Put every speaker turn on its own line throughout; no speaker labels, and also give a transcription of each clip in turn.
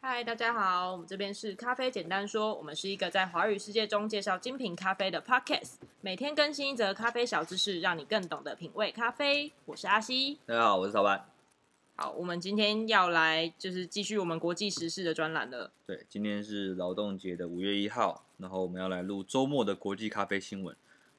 嗨，大家好，我们这边是咖啡简单说，我们是一个在华语世界中介绍精品咖啡的 podcast，每天更新一则咖啡小知识，让你更懂得品味咖啡。我是阿西，
大家好，我是老板。
好，我们今天要来就是继续我们国际时事的专栏了。
对，今天是劳动节的五月一号，然后我们要来录周末的国际咖啡新闻。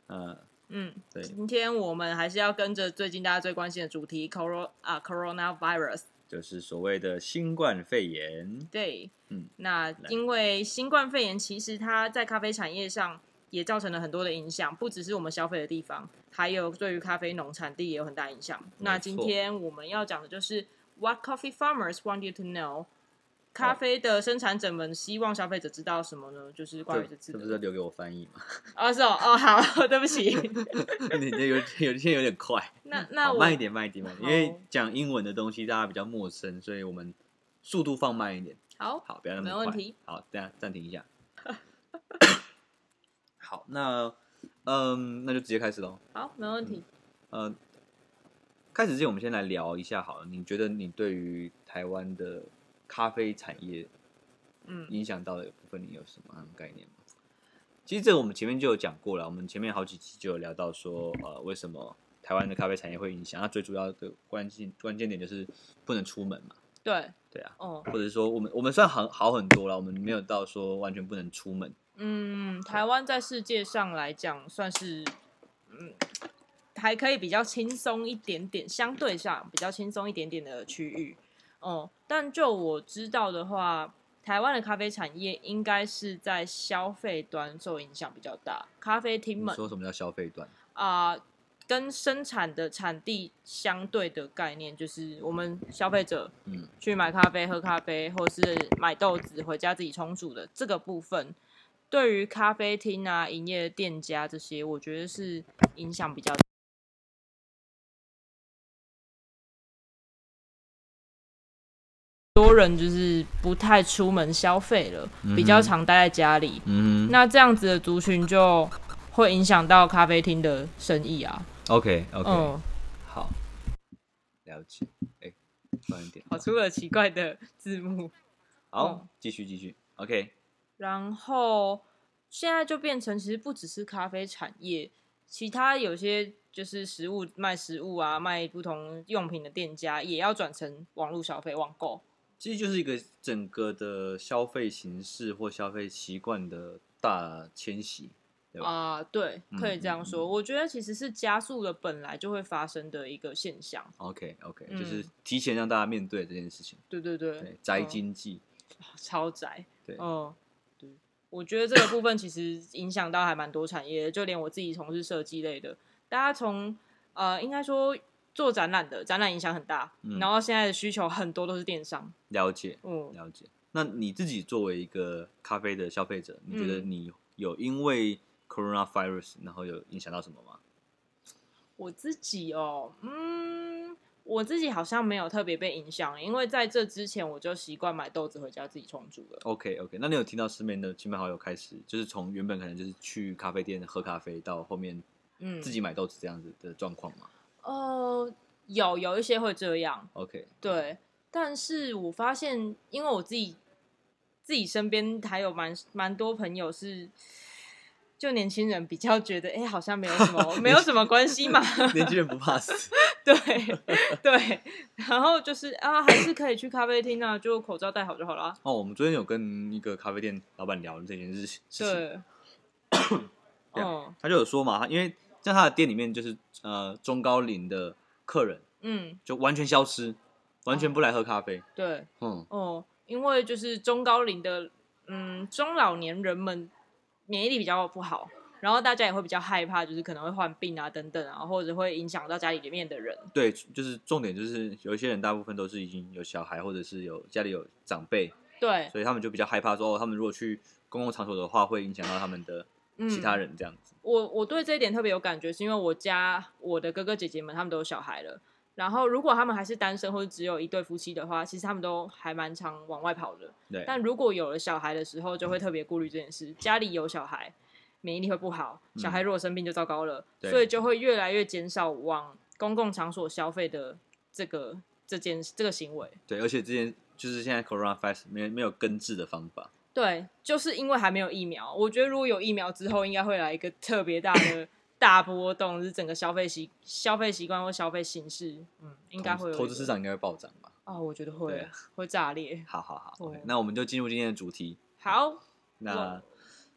呃，
嗯，
对
今天我们还是要跟着最近大家最关心的主题 corona 啊 coronavirus。
就是所谓的新冠肺炎。
对，
嗯，
那因为新冠肺炎其实它在咖啡产业上也造成了很多的影响，不只是我们消费的地方，还有对于咖啡农产地也有很大影响。那今天我们要讲的就是 What coffee farmers want you to know。咖
哦
啡的生产者们希望消费者知道什么呢？就是关于这
这
次
这不
的
是留给我翻译吗？
哦，是哦，哦，好， 对不 起。
你这有有些有点快，
那 那
好
我
慢一点，慢一点，慢一点。
好
因为讲英文的东西大家比较陌生，所以我们速度放慢一点。
好，
好，不要那么
没
快。
问题。
好，等下暂停 一下。好，那嗯，那就直接开始喽。
好，没问题。
呃，开始之前，我们先来聊一下好了。你觉得你对于台湾的咖啡产业
嗯
影响到的部分，你有什么样的概念吗？其实这个我们前面就有讲过了，我们前面好几期就有聊到说，呃，为什么台湾的咖啡产业会影响？那最主要的关键关键点就是不能出门嘛，
对，
对啊，
哦，
或者说我们我们算好好很多了，我们没有到说完全不能出门，
嗯，台湾在世界上来讲算是，嗯，还可以比较轻松一点点，相对上比较轻松一点点的区域。哦、但就我知道的话，台湾的咖啡产业应该是在消费端受影响比较大，咖啡厅
你
们
说什么叫消费端？
啊、跟生产的产地相对的概念，就是我们消费者
嗯，
去买咖啡、喝咖啡，或是买豆子回家自己冲煮的这个部分，对于咖啡厅啊、营业店家这些，我觉得是影响比较大。多人就是不太出门消费了，比较
嗯哼
常待在家里。
嗯
那这样子的族群就会影响到咖啡厅的生意啊。
，OK OK，、
嗯，
好，了解。哎、慢一点。
跑出了奇怪的字幕。嗯
好，继续继续。OK，
然后现在就变成，其实不只是咖啡产业，其他有些就是食物卖食物啊，卖不同用品的店家也要转成网络消费网购。
其实就是一个整个的消费形式或消费习惯的大迁徙。对吧
啊、对，
嗯
可以这样说。我觉得其实是加速了本来就会发生的一个现象。
OK OK，、
嗯
就是提前让大家面对这件事情。
对对对，
对，宅
嗯
经济。
超宅。
对
嗯，对，我觉得这个部分其实影响到还蛮多产业的，就连我自己从事设计类的，大家从呃，应该说做展览的展览影响很大，
嗯
然后现在的需求很多都是电商。
了解
嗯，
了解。那你自己作为一个咖啡的消费者，你觉得
嗯
你有因为 coronavirus 然后有影响到什么吗？
我自己哦，嗯。我自己好像没有特别被影响，因为在这之前我就习惯买豆子回家自己冲煮了。
OK OK，那你有听到身边的亲朋好友开始，就是从原本可能就是去咖啡店喝咖啡，到后面
嗯，
自己买豆子这样子的状况吗
哦、有有一些会这样，
？OK，
对，但是我发现，因为我自己自己身边还有蛮蛮多朋友是，就年轻人比较觉得，哎、好像没有什么没有什么关系嘛，
年轻人不怕死。
对对，然后就是啊，还是可以去咖啡厅啊，就口罩戴好就好啦。
哦，我们昨天有跟一个咖啡店老板聊这件事事情，
对，
对啊
哦，
他就有说嘛，他因为在他的店里面就是呃中高龄的客人
嗯，
就完全消失，完全不来喝咖啡。
对，
嗯，
哦，因为就是中高龄的，嗯，中老年人们免疫力比较不好，然后大家也会比较害怕，就是可能会患病啊等等啊，或者会影响到家里里面的人。
对，就是重点就是有一些人大部分都是已经有小孩或者是有家里有长辈，
对，
所以他们就比较害怕说，哦，他们如果去公共场所的话，会影响到他们的
嗯，
其他人这样子。
我我对这一点特别有感觉，是因为我家我的哥哥姐姐们他们都有小孩了。然后，如果他们还是单身或者只有一对夫妻的话，其实他们都还蛮常往外跑的。
对，
但如果有了小孩的时候，就会特别顾虑这件事。家里有小孩，免疫力会不好，
嗯
小孩如果生病就糟糕了，
对
所以就会越来越减少往公共场所消费的这个这件这个行为。
对，而且之前就是现在 coronavirus 没没有根治的方法，
对，就是因为还没有疫苗，我觉得如果有疫苗之后，应该会来一个特别大 的大波动，就是整个消费习消费习惯或消费形式，嗯，应该会有一个
投资市场应该会暴涨吧？
哦，我觉得
对
会
啊
会炸裂。
好好好、
哦
OK，那我们就进入今天的主题。
好，
那
哇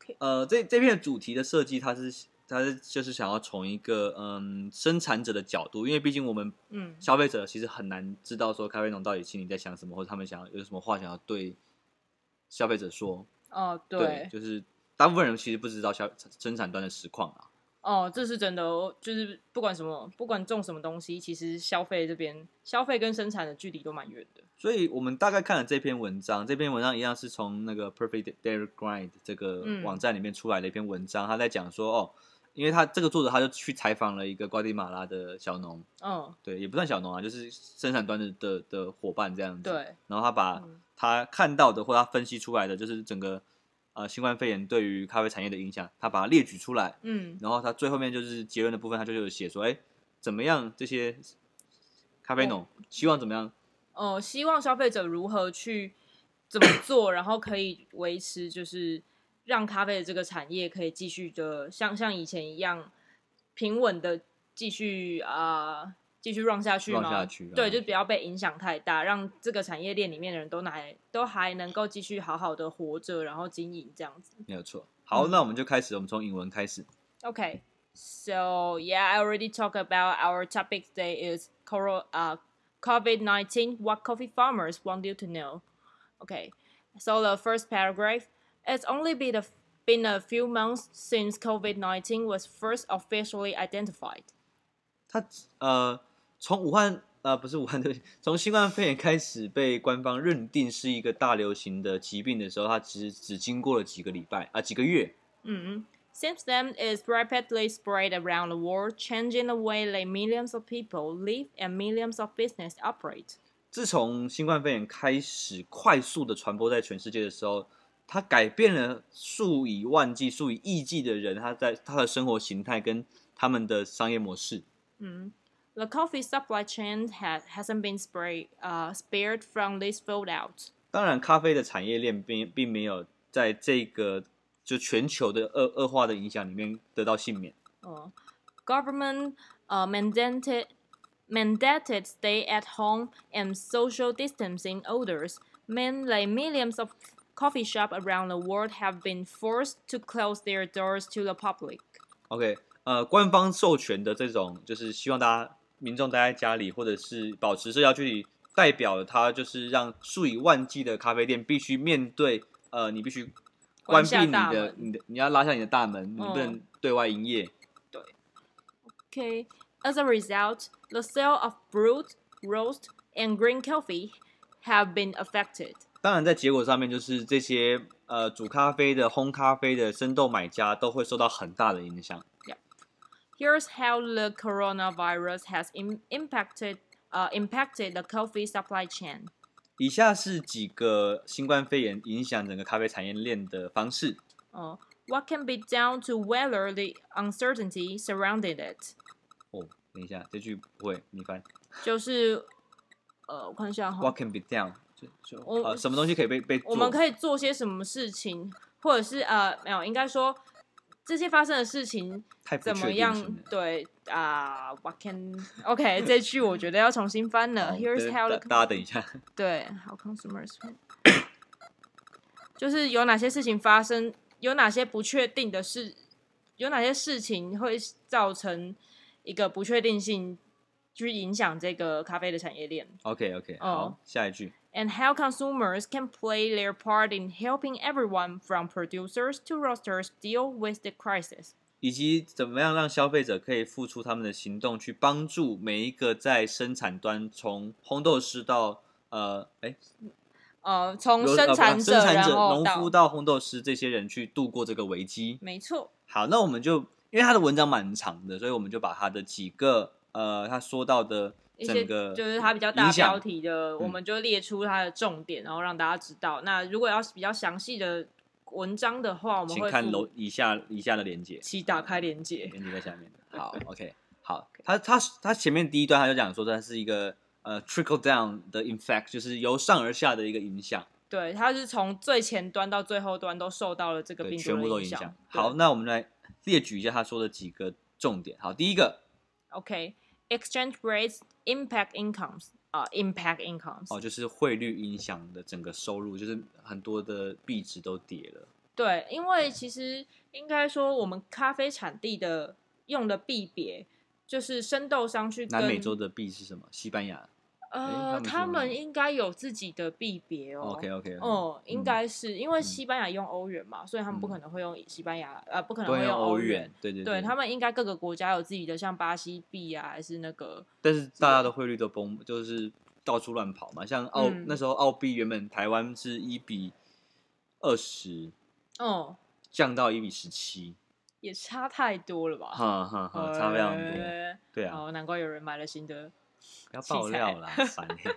，OK
呃，这这片主题的设计，它是它是就是想要从一个嗯生产者的角度，因为毕竟我们
嗯，
消费者其实很难知道说咖啡农到底心里在想什么，或者他们想要有什么话想要对消费者说。
哦，
对，就是大部分人其实不知道消生产端的实况啊。
哦，这是真的哦，就是不管什么，不管种什么东西，其实消费这边消费跟生产的距离都蛮远的。
所以我们大概看了这篇文章，这篇文章一样是从那个 Perfect Dairy Grind 这个
嗯
网站里面出来的一篇文章，他在讲说哦，因为他这个作者他就去采访了一个瓜地马拉的小农，
嗯，
对，也不算小农啊，就是生产端的的的伙伴这样子。。
对，
然后他把
嗯
他看到的或他分析出来的，就是整个呃新冠肺炎对于咖啡产业的影响，他把它列举出来。
嗯，
然后他最后面就是结论的部分，他就有写说，哎，怎么样这些咖啡农、希望怎么样？
哦，希望消费者如何去怎么做，然后可以维持，就是让咖啡的这个产业可以继续的像像以前一样平稳的继续啊、继续 run 下去吗？
run 下去啊
对，
run
就不要被影响太大，让这个产业链里面的人都来都还能够继续好好的活着，然后经营这样子。
没有错。好，
嗯
那我们就开始，我们从引文开始。
Okay. So yeah, I already talked about our topic today is coro- uh, COVID nineteen. What coffee farmers want you to know. Okay. So the first paragraph. It's only been a, been a few months since COVID nineteen was first officially identified.
他呃，从武汉呃不是武汉对 不起，从新冠肺炎开始被官方认定是一个大流行的疾病的时候，它其实只经过了几个礼拜啊、几个月。
Mhm. Since then, it's rapidly spread around the world, changing the way that millions of people live and millions of business operate.
自从新冠肺炎开始快速的传播在全世界的时候，它改变了数以万计、数以亿计的人，他在他的生活形态跟他们的商业模式。
The coffee supply chain ha- hasn't been spray, uh, spared from this fallout.
当然，咖啡的产业链并并没有在这个就全球的恶恶化的影响里面得到幸免。
Uh, government uh, mandated, mandated stay at home and social distancing orders mean that millions of coffee shops around the world have been forced to close their doors to the public.
OK，呃，官方授权的这种，就是希望大家民众待在家里，或者是保持社交距离，代表了它就是让数以万计的咖啡店必须面对，呃，你必须
关
关闭
下
你
大
的
门嗯
你的，你要拉下你的大门，你不能对外营业。
Okay. As a result, the sale of brewed, roast, and green coffee have been affected.
当然，在结果上面，就是这些呃煮咖啡的、烘咖啡的、生豆买家都会受到很大的影响。
Here's how the coronavirus has im- impacted uh, impacted the coffee supply chain.
以下是几个新冠肺炎影响整个咖啡产业链的方式。
Uh, what can be down to whether the uncertainty surrounding it?
哦，等一下，这句不会，你翻。
就是，呃，我看一下哈，
What can be done？就就
我
呃，什么东西可以被被
我们
以
可以做些什么事情，或者是呃，没有，应该说这些发生的事情
太不
怎
确
么
定
样
性？
对啊、w h a t can OK 这句我觉得要重新翻了。
了好
呃 Here's
等
how
哦大
the
大家等一下，
对，how consumers，就是有哪些事情发生，有哪些不确定的事，有哪些事情会造成一个不确定性，去影响这个咖啡的产业链。
OK OK，
哦
好，下一句。
and how consumers can play their part in helping everyone from producers to roasters deal with the crisis.
以及怎么样让消费者可以付出他们的行动，去帮助每一个在生产端，从烘豆师到呃，哎，
呃，从
有
生
呃不
产者，
生产者、
然后
农夫到烘豆师这些人去度过这个危机。
没错，
好，那我们就因为他的文章蛮长的，所以我们就把他的几个呃，他说到的
一
整
些
个
就是它比较大
影响嗯
标题的，我们就列出它的重点，然后让大家知道。那如果要比较详细的文章的话，我们
请
会
看
附
楼以下以下的连接，
期打开连接。
连接在下面。好，OK，好，他他他前面第一段他就讲说，他是一个呃 trickle down 的 infect，就是由上而下的一个影响，
对，它是从最前端到最后端都受到了这个
对，
病毒
全部都
的
影响
响。。
好，
对
那我们来列举一下他说的几个重点。好，第一个
，OK，exchange rates impact incomes 啊、i m p a c t incomes，、
哦，就是汇率影响的整个收入，就是很多的币值都跌了。
对，因为其实应该说我们咖啡产地的用的币别。就是生豆商去跟
南美洲的币是什么？西班牙。
呃，
诶他们
他们
是用什么
应该有自己的币别哦。
OK OK，
哦，应该是因为
嗯
西班牙用欧元嘛，所以他们不
嗯
可能会用西班牙，呃，不可能
都
会
用
欧
欧元。，对对
对
对
他们应该各个国家有自己的，像巴西币啊，还是那个
但是大家的汇率都崩，就是到处乱跑嘛。像澳、
嗯
那时候澳币原本台湾是一比二十，
哦，
降到一比十七，
也差太多了吧？
哈哈哈，差非常多。
哎
对啊，
哦，难怪有人买了新的。
不要爆料啦，烦 欸。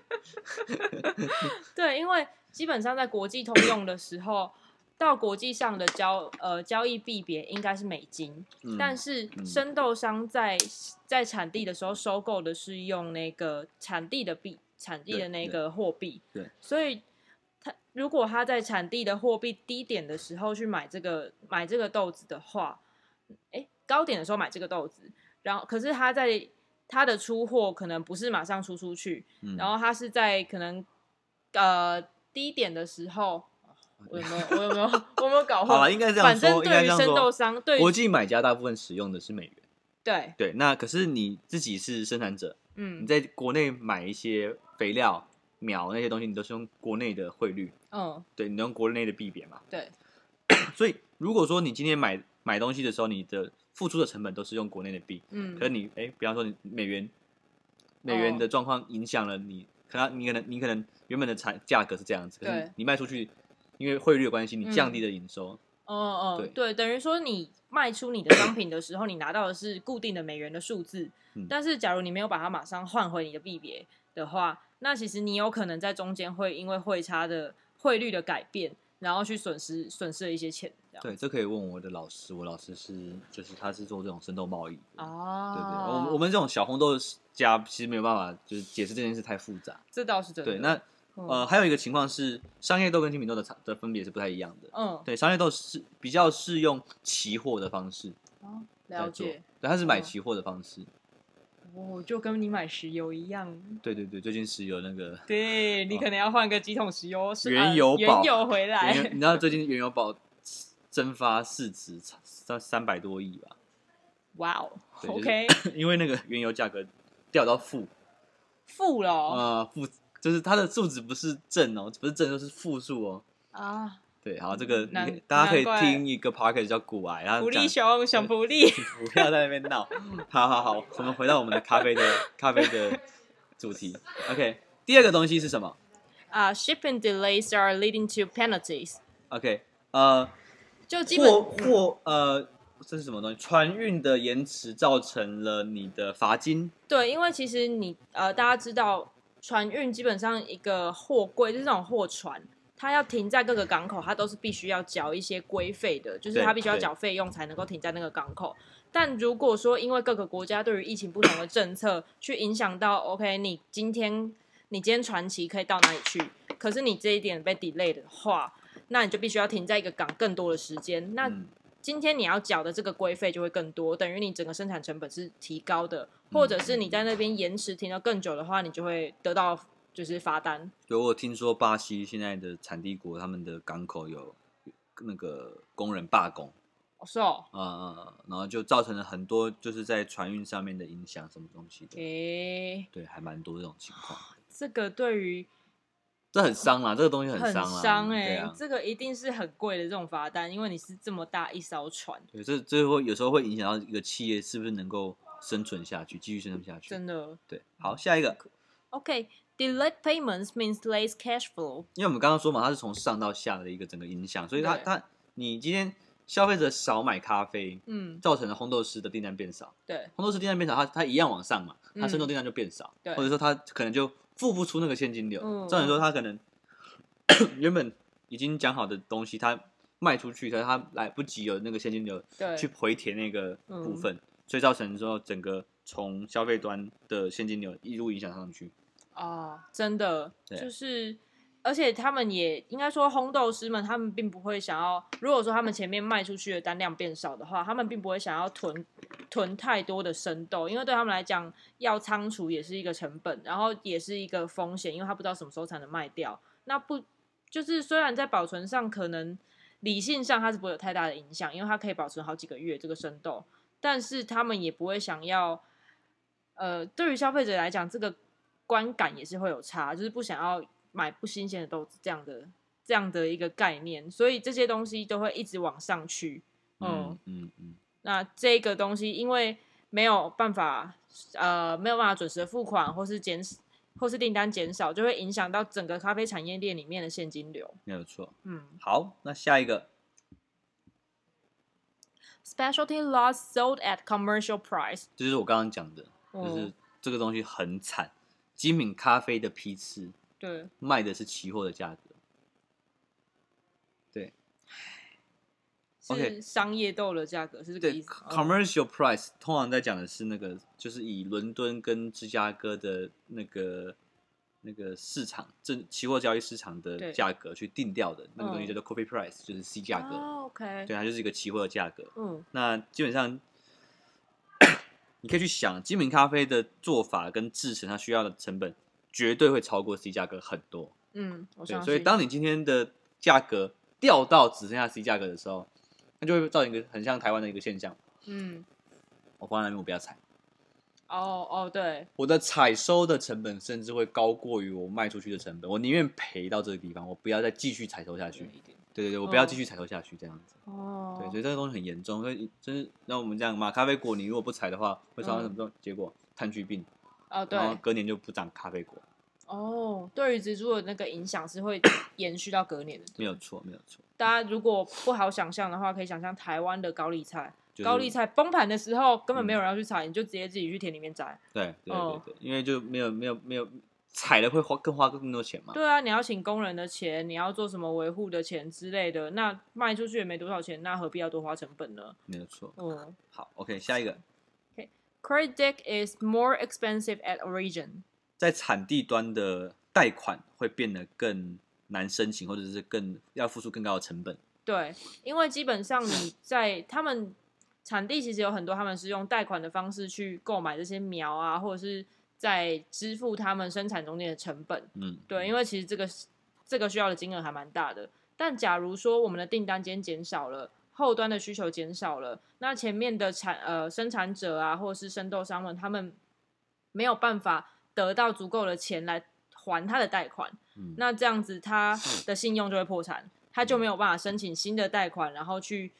对，因为基本上在国际通用的时候，到国际上的交呃交易币别应该是美金，
嗯
但是
嗯
生豆商在在产地的时候收购的是用那个产地的币，产地
对
的那
对
个货币。
对
所以他如果他在产地的货币低点的时候去买这个买这个豆子的话，哎，高点的时候买这个豆子，然后可是他在他的出货可能不是马上出出去，
嗯
然后他是在可能呃低点的时候。我 有没有？我有没有？我有没有搞混？
哦好了，应该这样
反
说，
正
应
对
该这
于
样
生
说。
豆商，对于
国际买家大部分使用的是美元，
对，
对。那可是你自己是生产者，你
嗯
在国内买一些肥料、苗那些东西，你都是用国内的汇率，
嗯，
对，你用国内的币别嘛。
对
所以如果说你今天买买东西的时候，你的付出的成本都是用国内的币，
嗯
可是你哎，比方说你美元，美元的状况影响了你，可能你可能你可能原本的产价格是这样子，可
对
是你卖出去，因为汇率的关系，你降低了营收，
哦哦
对
对，等于说你卖出你的商品的时候，你拿到的是固定的美元的数字，
嗯
但是假如你没有把它马上换回你的币别的话，那其实你有可能在中间会因为汇差的汇率的改变，然后去损失损失了一些钱，这样
对，这可以问我的老师，我老师是就是他是做这种生豆贸易的。
啊，
对对，我们我们这种小红豆家其实没有办法，就是解释这件事太复杂。
这倒是真的，
对，那
嗯
呃，还有一个情况是，商业豆跟精品豆的差的分别是不太一样的。
嗯，
对，商业豆是比较是用期货的方式
哦
来
了
做，对
解，，
它是买
嗯
期货的方式。
哦，就跟你买石油一样。
对对对，最近石油那个
对你可能要换个几桶石油，是
哦原
呃
油
原
宝
油回 来，
原油，你知道最近原油宝蒸发市值三三百多亿吧？
哇哦
对就是
，OK，
因为那个原油价格掉到负
负了哦
啊、负，就是它的数值不是正哦，不是正就是负数哦。
啊，
对，好，这个
难
你大家可以
难怪
听一个 p o c k e t 叫古癌，然后
福
讲
利熊想福利，
不要在那边闹。好好好，我们回到我们的咖啡的咖啡的主题。OK，第二个东西是什么
啊、s h i p p i n g delays are leading to penalties。
？OK，呃，
就基
货
本
货呃，这是什么东西？船运的延迟造成了你的罚金。
对，因为其实你呃，大家知道船运基本上一个货柜就是这种货船，它要停在各个港口，它都是必须要缴一些规费的，就是
对
它必须要
对
缴费用才能够停在那个港口。但如果说因为各个国家对于疫情不同的政策，去影响到 OK，你今天你今天传奇可以到哪里去，可是你这一点被 delay 的话，那你就必须要停在一个港更多的时间。那
嗯
今天你要缴的这个规费就会更多，等于你整个生产成本是提高的，或者是你在那边延迟停留更久的话，你就会得到就是罚单。
有我听说巴西现在的产地国，他们的港口有那个工人罢工，
哦，是哦，
啊、呃，然后就造成了很多就是在船运上面的影响，什么东西的。
诶、
对，还蛮多这种情况，
这个对于
这很伤啦，这个东西
很
伤啦，
伤哎、
对啊，
这个一定是很贵的这种罚单，因为你是这么大一艘船，
对，这这会有时候会影响到一个企业是不是能够生存下去，继续生存下去。
真的。
对，好，下一个，
OK，delayed、payments means less cash flow。
因为我们刚刚说嘛，它是从上到下的一个整个影响，所以它
对
它你今天消费者少买咖啡，
嗯，
造成了烘豆师的订单变少，
对
烘豆师订单变少，它它一样往上嘛，它生豆
嗯
订单就变少，
对
或者说它可能就付不出那个现金流，
嗯
照理说它可能 原本已经讲好的东西，它卖出去，可是它来不及有那个现金流
对，嗯
去回填那个部分，所以造成之后整个从消费端的现金流一路影响上去。
哦，真的，
对
就是，而且他们也应该说烘豆师们，他们并不会想要，如果说他们前面卖出去的单量变少的话，他们并不会想要囤囤太多的生豆，因为对他们来讲，要仓储也是一个成本，然后也是一个风险，因为他不知道什么时候才能卖掉。那不就是虽然在保存上可能理性上它是不会有太大的影响，因为它可以保存好几个月这个生豆，但是他们也不会想要，呃，对于消费者来讲，这个观感也是会有差，就是不想要买不新鲜的豆子这样的这样的一个概念，所以这些东西都会一直往上去。嗯
嗯嗯嗯，
那这个东西因为没有办法，呃，没有办法准时的付款，或是减，或是订单减少，就会影响到整个咖啡产业链里面的现金流。
没有错。
嗯
好，那下一个
，specialty lots sold at commercial price，
这就是我刚刚讲的，
哦
就是这个东西很惨。精品咖啡的批次
对，
卖的是期货的价格，OK
是商业豆的价格，是这个意
对
思。哦
，commercial price 通常在讲的是那个，就是以伦敦跟芝加哥的那个那个市场，这期货交易市场
对
的价格去定掉的那个东西
嗯
叫做 coffee price，就是 C 价格，
哦，OK，
对，它就是一个期货的价格。
嗯，
那基本上你可以去想，精品咖啡的做法跟制成，它需要的成本绝对会超过 C 价格很多。
嗯，我
对
相，信。
所以当你今天的价格掉到只剩下 C 价格的时候，那就会造成一个很像台湾的一个现象。
嗯，
我放在那边，我不要采。
哦哦，对，
我的采收的成本甚至会高过于我卖出去的成本，我宁愿赔到这个地方，我不要再继续采收下去。
一点。
对对对，我不要
哦
继续采收下去，这样子。
哦，
对，所以这个东西很严重，所以就是让我们这样嘛，咖啡果你如果不采的话，会造成什么状结果？炭疽病，
哦
然后
嗯对，
隔年就不长咖啡果，
哦，对于植株的那个影响是会延续到隔年的。
没有错，没有错。
大家如果不好想象的话，可以想象台湾的高丽菜，
就是、
高丽菜崩盘的时候根本
嗯啊
没有人要去采，你就直接自己去田里面摘。
对对对
哦
对，因为就没有没有没有采了会花更花更多钱嘛。
对啊，你要请工人的钱，你要做什么维护的钱之类的，那卖出去也没多少钱，那何必要多花成本呢？
没有错。
嗯
好，OK，下一个，
，credit is more expensive at origin。
在产地端的贷款会变得更难申请，或者是更要付出更高的成本。
对，因为基本上你在他们产地其实有很多，他们是用贷款的方式去购买这些苗啊，或者是在支付他们生产中间的成本。
嗯，
对，因为其实这个这个需要的金额还蛮大的。但假如说我们的订单间减少了，后端的需求减少了，那前面的产呃生产者啊，或者是生豆商们，他们没有办法得到足够的钱来还他的贷款，
嗯
那这样子他的信用就会破产，他就没有办法申请新的贷款，然后去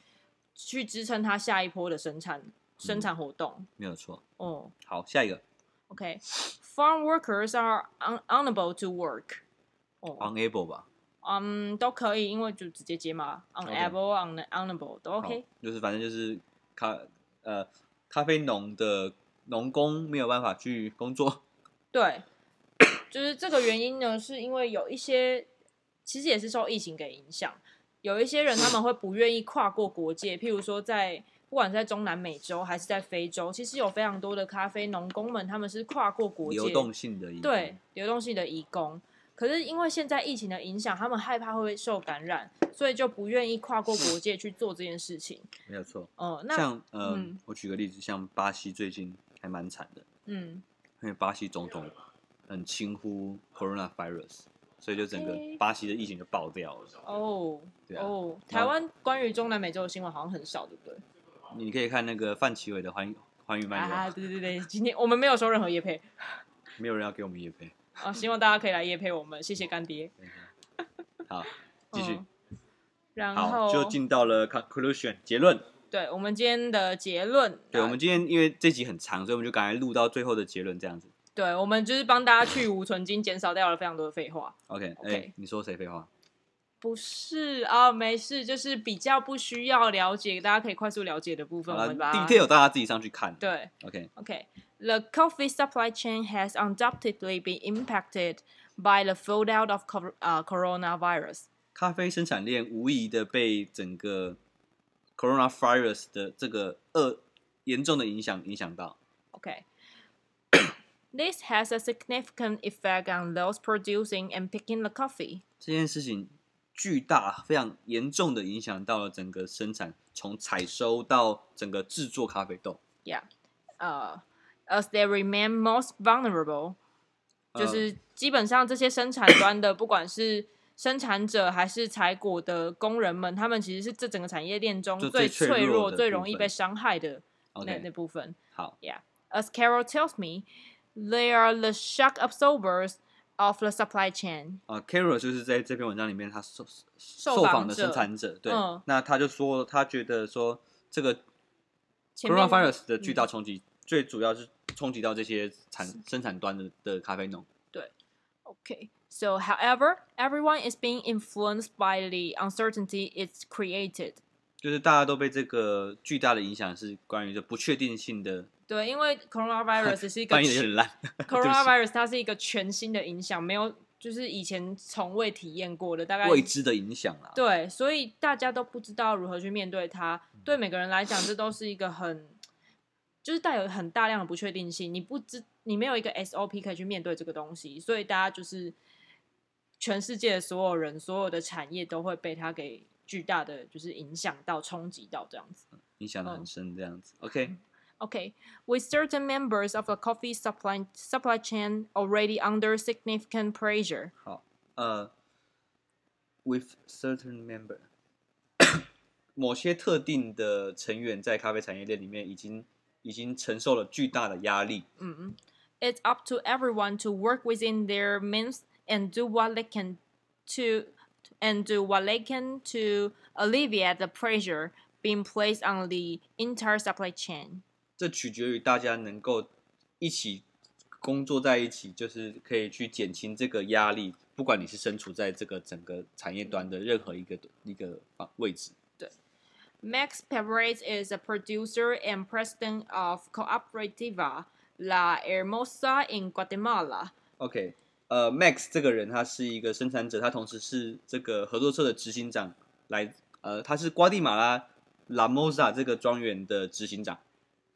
去支撑他下一波的生产生产活动。
没有错。
哦、
好，下一个
o k f a r m workers are un unable to work。哦、
啊 unable 吧
嗯，都可以，因为就直接接嘛，unable、un unable 都 OK
好。就是反正就是咖呃咖啡农的农工没有办法去工作，
对，就是这个原因呢，是因为有一些其实也是受疫情给影响，有一些人他们会不愿意跨过国界，譬如说在不管是在中南美洲还是在非洲，其实有非常多的咖啡农工们，他们是跨过国界
流动性的移民
对，流动性的移工。可是因为现在疫情的影响，他们害怕会受感染，所以就不愿意跨过国界去做这件事情。
没有错。
哦、那
像呃、
嗯
我举个例子，像巴西最近还蛮惨的，
嗯，
因为巴西总统很轻忽 coronavirus，所以就整个
OK
巴西的疫情就爆掉了。
哦，
对啊
哦，
然
台
后
湾关于中南美洲的新闻好像很少，对不对？
你可以看那个范奇伟的《环环宇漫游》
啊，对对对，今天我们没有收任何业配
没有人要给我们夜配。
啊，希望大家可以来业配我们，谢谢干爹。
好，继续
嗯，然
好，
后
就进到了 conclusion 结论。
对我们今天的结论，
对，
啊
我们今天因为这集很长，所以我们就赶快录到最后的结论这样子。
对我们就是帮大家去无存金，减少掉了非常多的废话。
OK，哎、
OK
你说谁废话？
不是啊，没事，就是比较不需要了解，大家可以快速了解的部分，
好
我
了
们把它
，detail 大家自己上去看。
对。
，OK，
Okay. The coffee supply chain has undoubtedly been impacted by the fallout of cor- uh, coronavirus.
咖啡生产链无疑的被整个 coronavirus 的这个恶严重的影响影响到。
Okay. This has a significant effect on those producing and picking the coffee.
这件事情巨大、非常严重的影响到了整个生产，从采收到整个制作咖啡豆，
Yeah. Uh, as they remain most vulnerable. 就
呃
是基本上这些生产端的，不管是生产者还是采果的工人们，他们其实是这整个产业链中
就
最
最
脆
脆
弱、
弱的
最
部
容易
分
被伤害的那那
OK
部分。
好
As Carol tells me, they are the shock absorbers of the supply chain.
啊、c a r o l 就是在这篇文章里面他受
受
受
访
访的
者
生产者，对，
嗯
那他就说他觉得说这个
前面嗯
coronavirus 的巨大冲击，最主要是冲击到这些产生产端的的咖啡农。
Okay. So, however, everyone is being influenced by the uncertainty it's created.
就是大家都被这个巨大的影响是关于这不确定性的，
对，因为 coronavirus 是一个
翻 译的有点烂。对
coronavirus 它是一个全新的影响，没有就是以前从未体验过的，大概
不起，未知的影响啦。
对，所以大家都不知道如何去面对它。对每个人来讲，这都是一个很就是带有很大量的不确定性，你不知你没有一个 SOP 可以去面对这个东西，所以大家就是全世界的所有人、所有的产业都会被它给巨大的就是影响到、冲击到这样子。
影响的很深，这样子。OK，
嗯 Okay, with certain members of the coffee supply supply chain already under significant pressure.
好，呃，with certain member，某些特定的成员在咖啡产业链里面已经已经承受了巨大的压力，
Mm. It's up to everyone to work within their means and do what they can to and do what they can to alleviate the pressure being placed on the entire supply chain.
这取决于大家能够一起工作在一起，就是可以去减轻这个压力。不管你是身处在这个整个产业端的任何一个一个方位置，
Max Perez is a producer and president of Cooperativa La Hermosa in Guatemala.
OK，呃，Max 这个人他是一个生产者，他同时是这个合作社的执行长，来，呃，他是瓜地马拉拉莫萨这个庄园的执行长。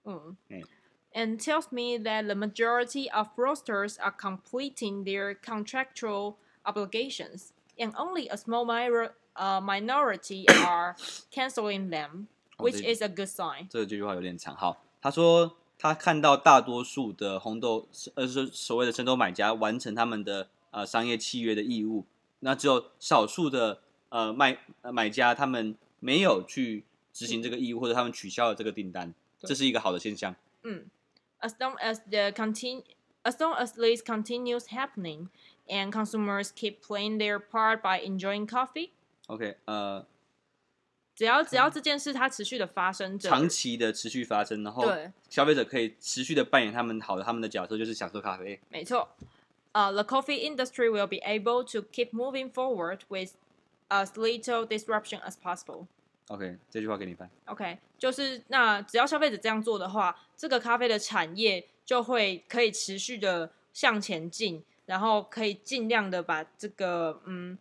Mm.
Mm.
And tells me that the majority of roasters are completing their contractual obligations, and only a small minor, uh, minority are canceling them, which
Oh, they-
is a good sign.
这句话有点长，好，他说他看到大多数的红豆，呃，是所谓的深豆买家完成他们的呃商业契约的义务，那只有少数的呃卖呃买家他们没有去执行这个义务，或者他们取消了这个订单，
对
这是一个好的现象。
As long as the continue, as long as this continues happening, and consumers keep playing their part by enjoying coffee.
OK，呃，
只要只要这件事它持续的发生着，
长期的持续发生，然后
对
消费者可以持续的扮演他们好的他们的角色，就是享受咖啡。
没错，呃、t h e coffee industry will be able to keep moving forward with as little disruption as possible.
OK，这句话给你翻。
OK，就是那只要消费者这样做的话，这个咖啡的产业就会可以持续的向前进，然后可以尽量的把这个嗯，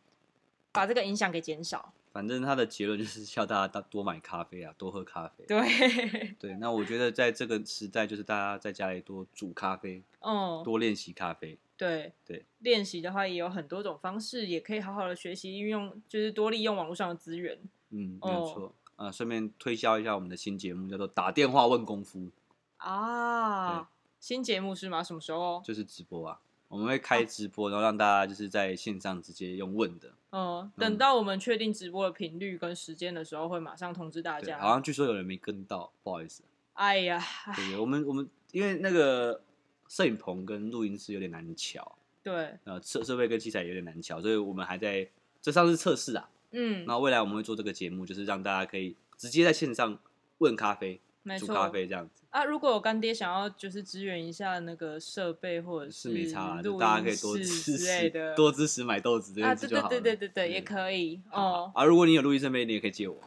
把这个影响给减少。
反正他的结论就是叫大家多买咖啡啊，多喝咖啡。
对，
对，那我觉得在这个时代，就是大家在家里多煮咖啡，
哦、
多练习咖啡。
对
对，
练习的话也有很多种方式，也可以好好的学习运用，就是多利用网络上的资源。
嗯，
哦
没有错。呃，顺便推销一下我们的新节目，叫做“打电话问功夫
啊
对，
新节目是吗？什么时候”，？
就是直播啊。我们会开直播，然后让大家就是在线上直接用问的。
嗯，等到我们确定直播的频率跟时间的时候，会马上通知大
对，好
家。
啊像据说有人没跟到，不好意思。
哎呀，唉
对，我们我们因为那个摄影棚跟录音室有点难瞧，
对，
呃，设设备跟器材有点难瞧，所以我们还在这上是测试啊。
嗯，
那未来我们会做这个节目，就是让大家可以直接在线上问咖啡、
没
煮
错。
咖啡这样子，
啊，如果有干爹想要就是支援一下那个设备或者
是没差啊，就
嗯录
大家可
音
以多
室
支
之类
持
的，
多支持买豆子这
啊，对
件事就
对
好了。
对对对对，也
以。
可以
好
哦。
啊，如果你有录音设备，你也可以借我。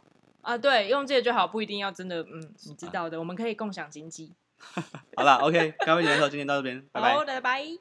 啊，对，用这个就好，不一定要真的，嗯，你
啊
知道的，我们可以共享经济。
好啦 o k 咖啡节目到今天到这边，拜拜
好。的，拜拜。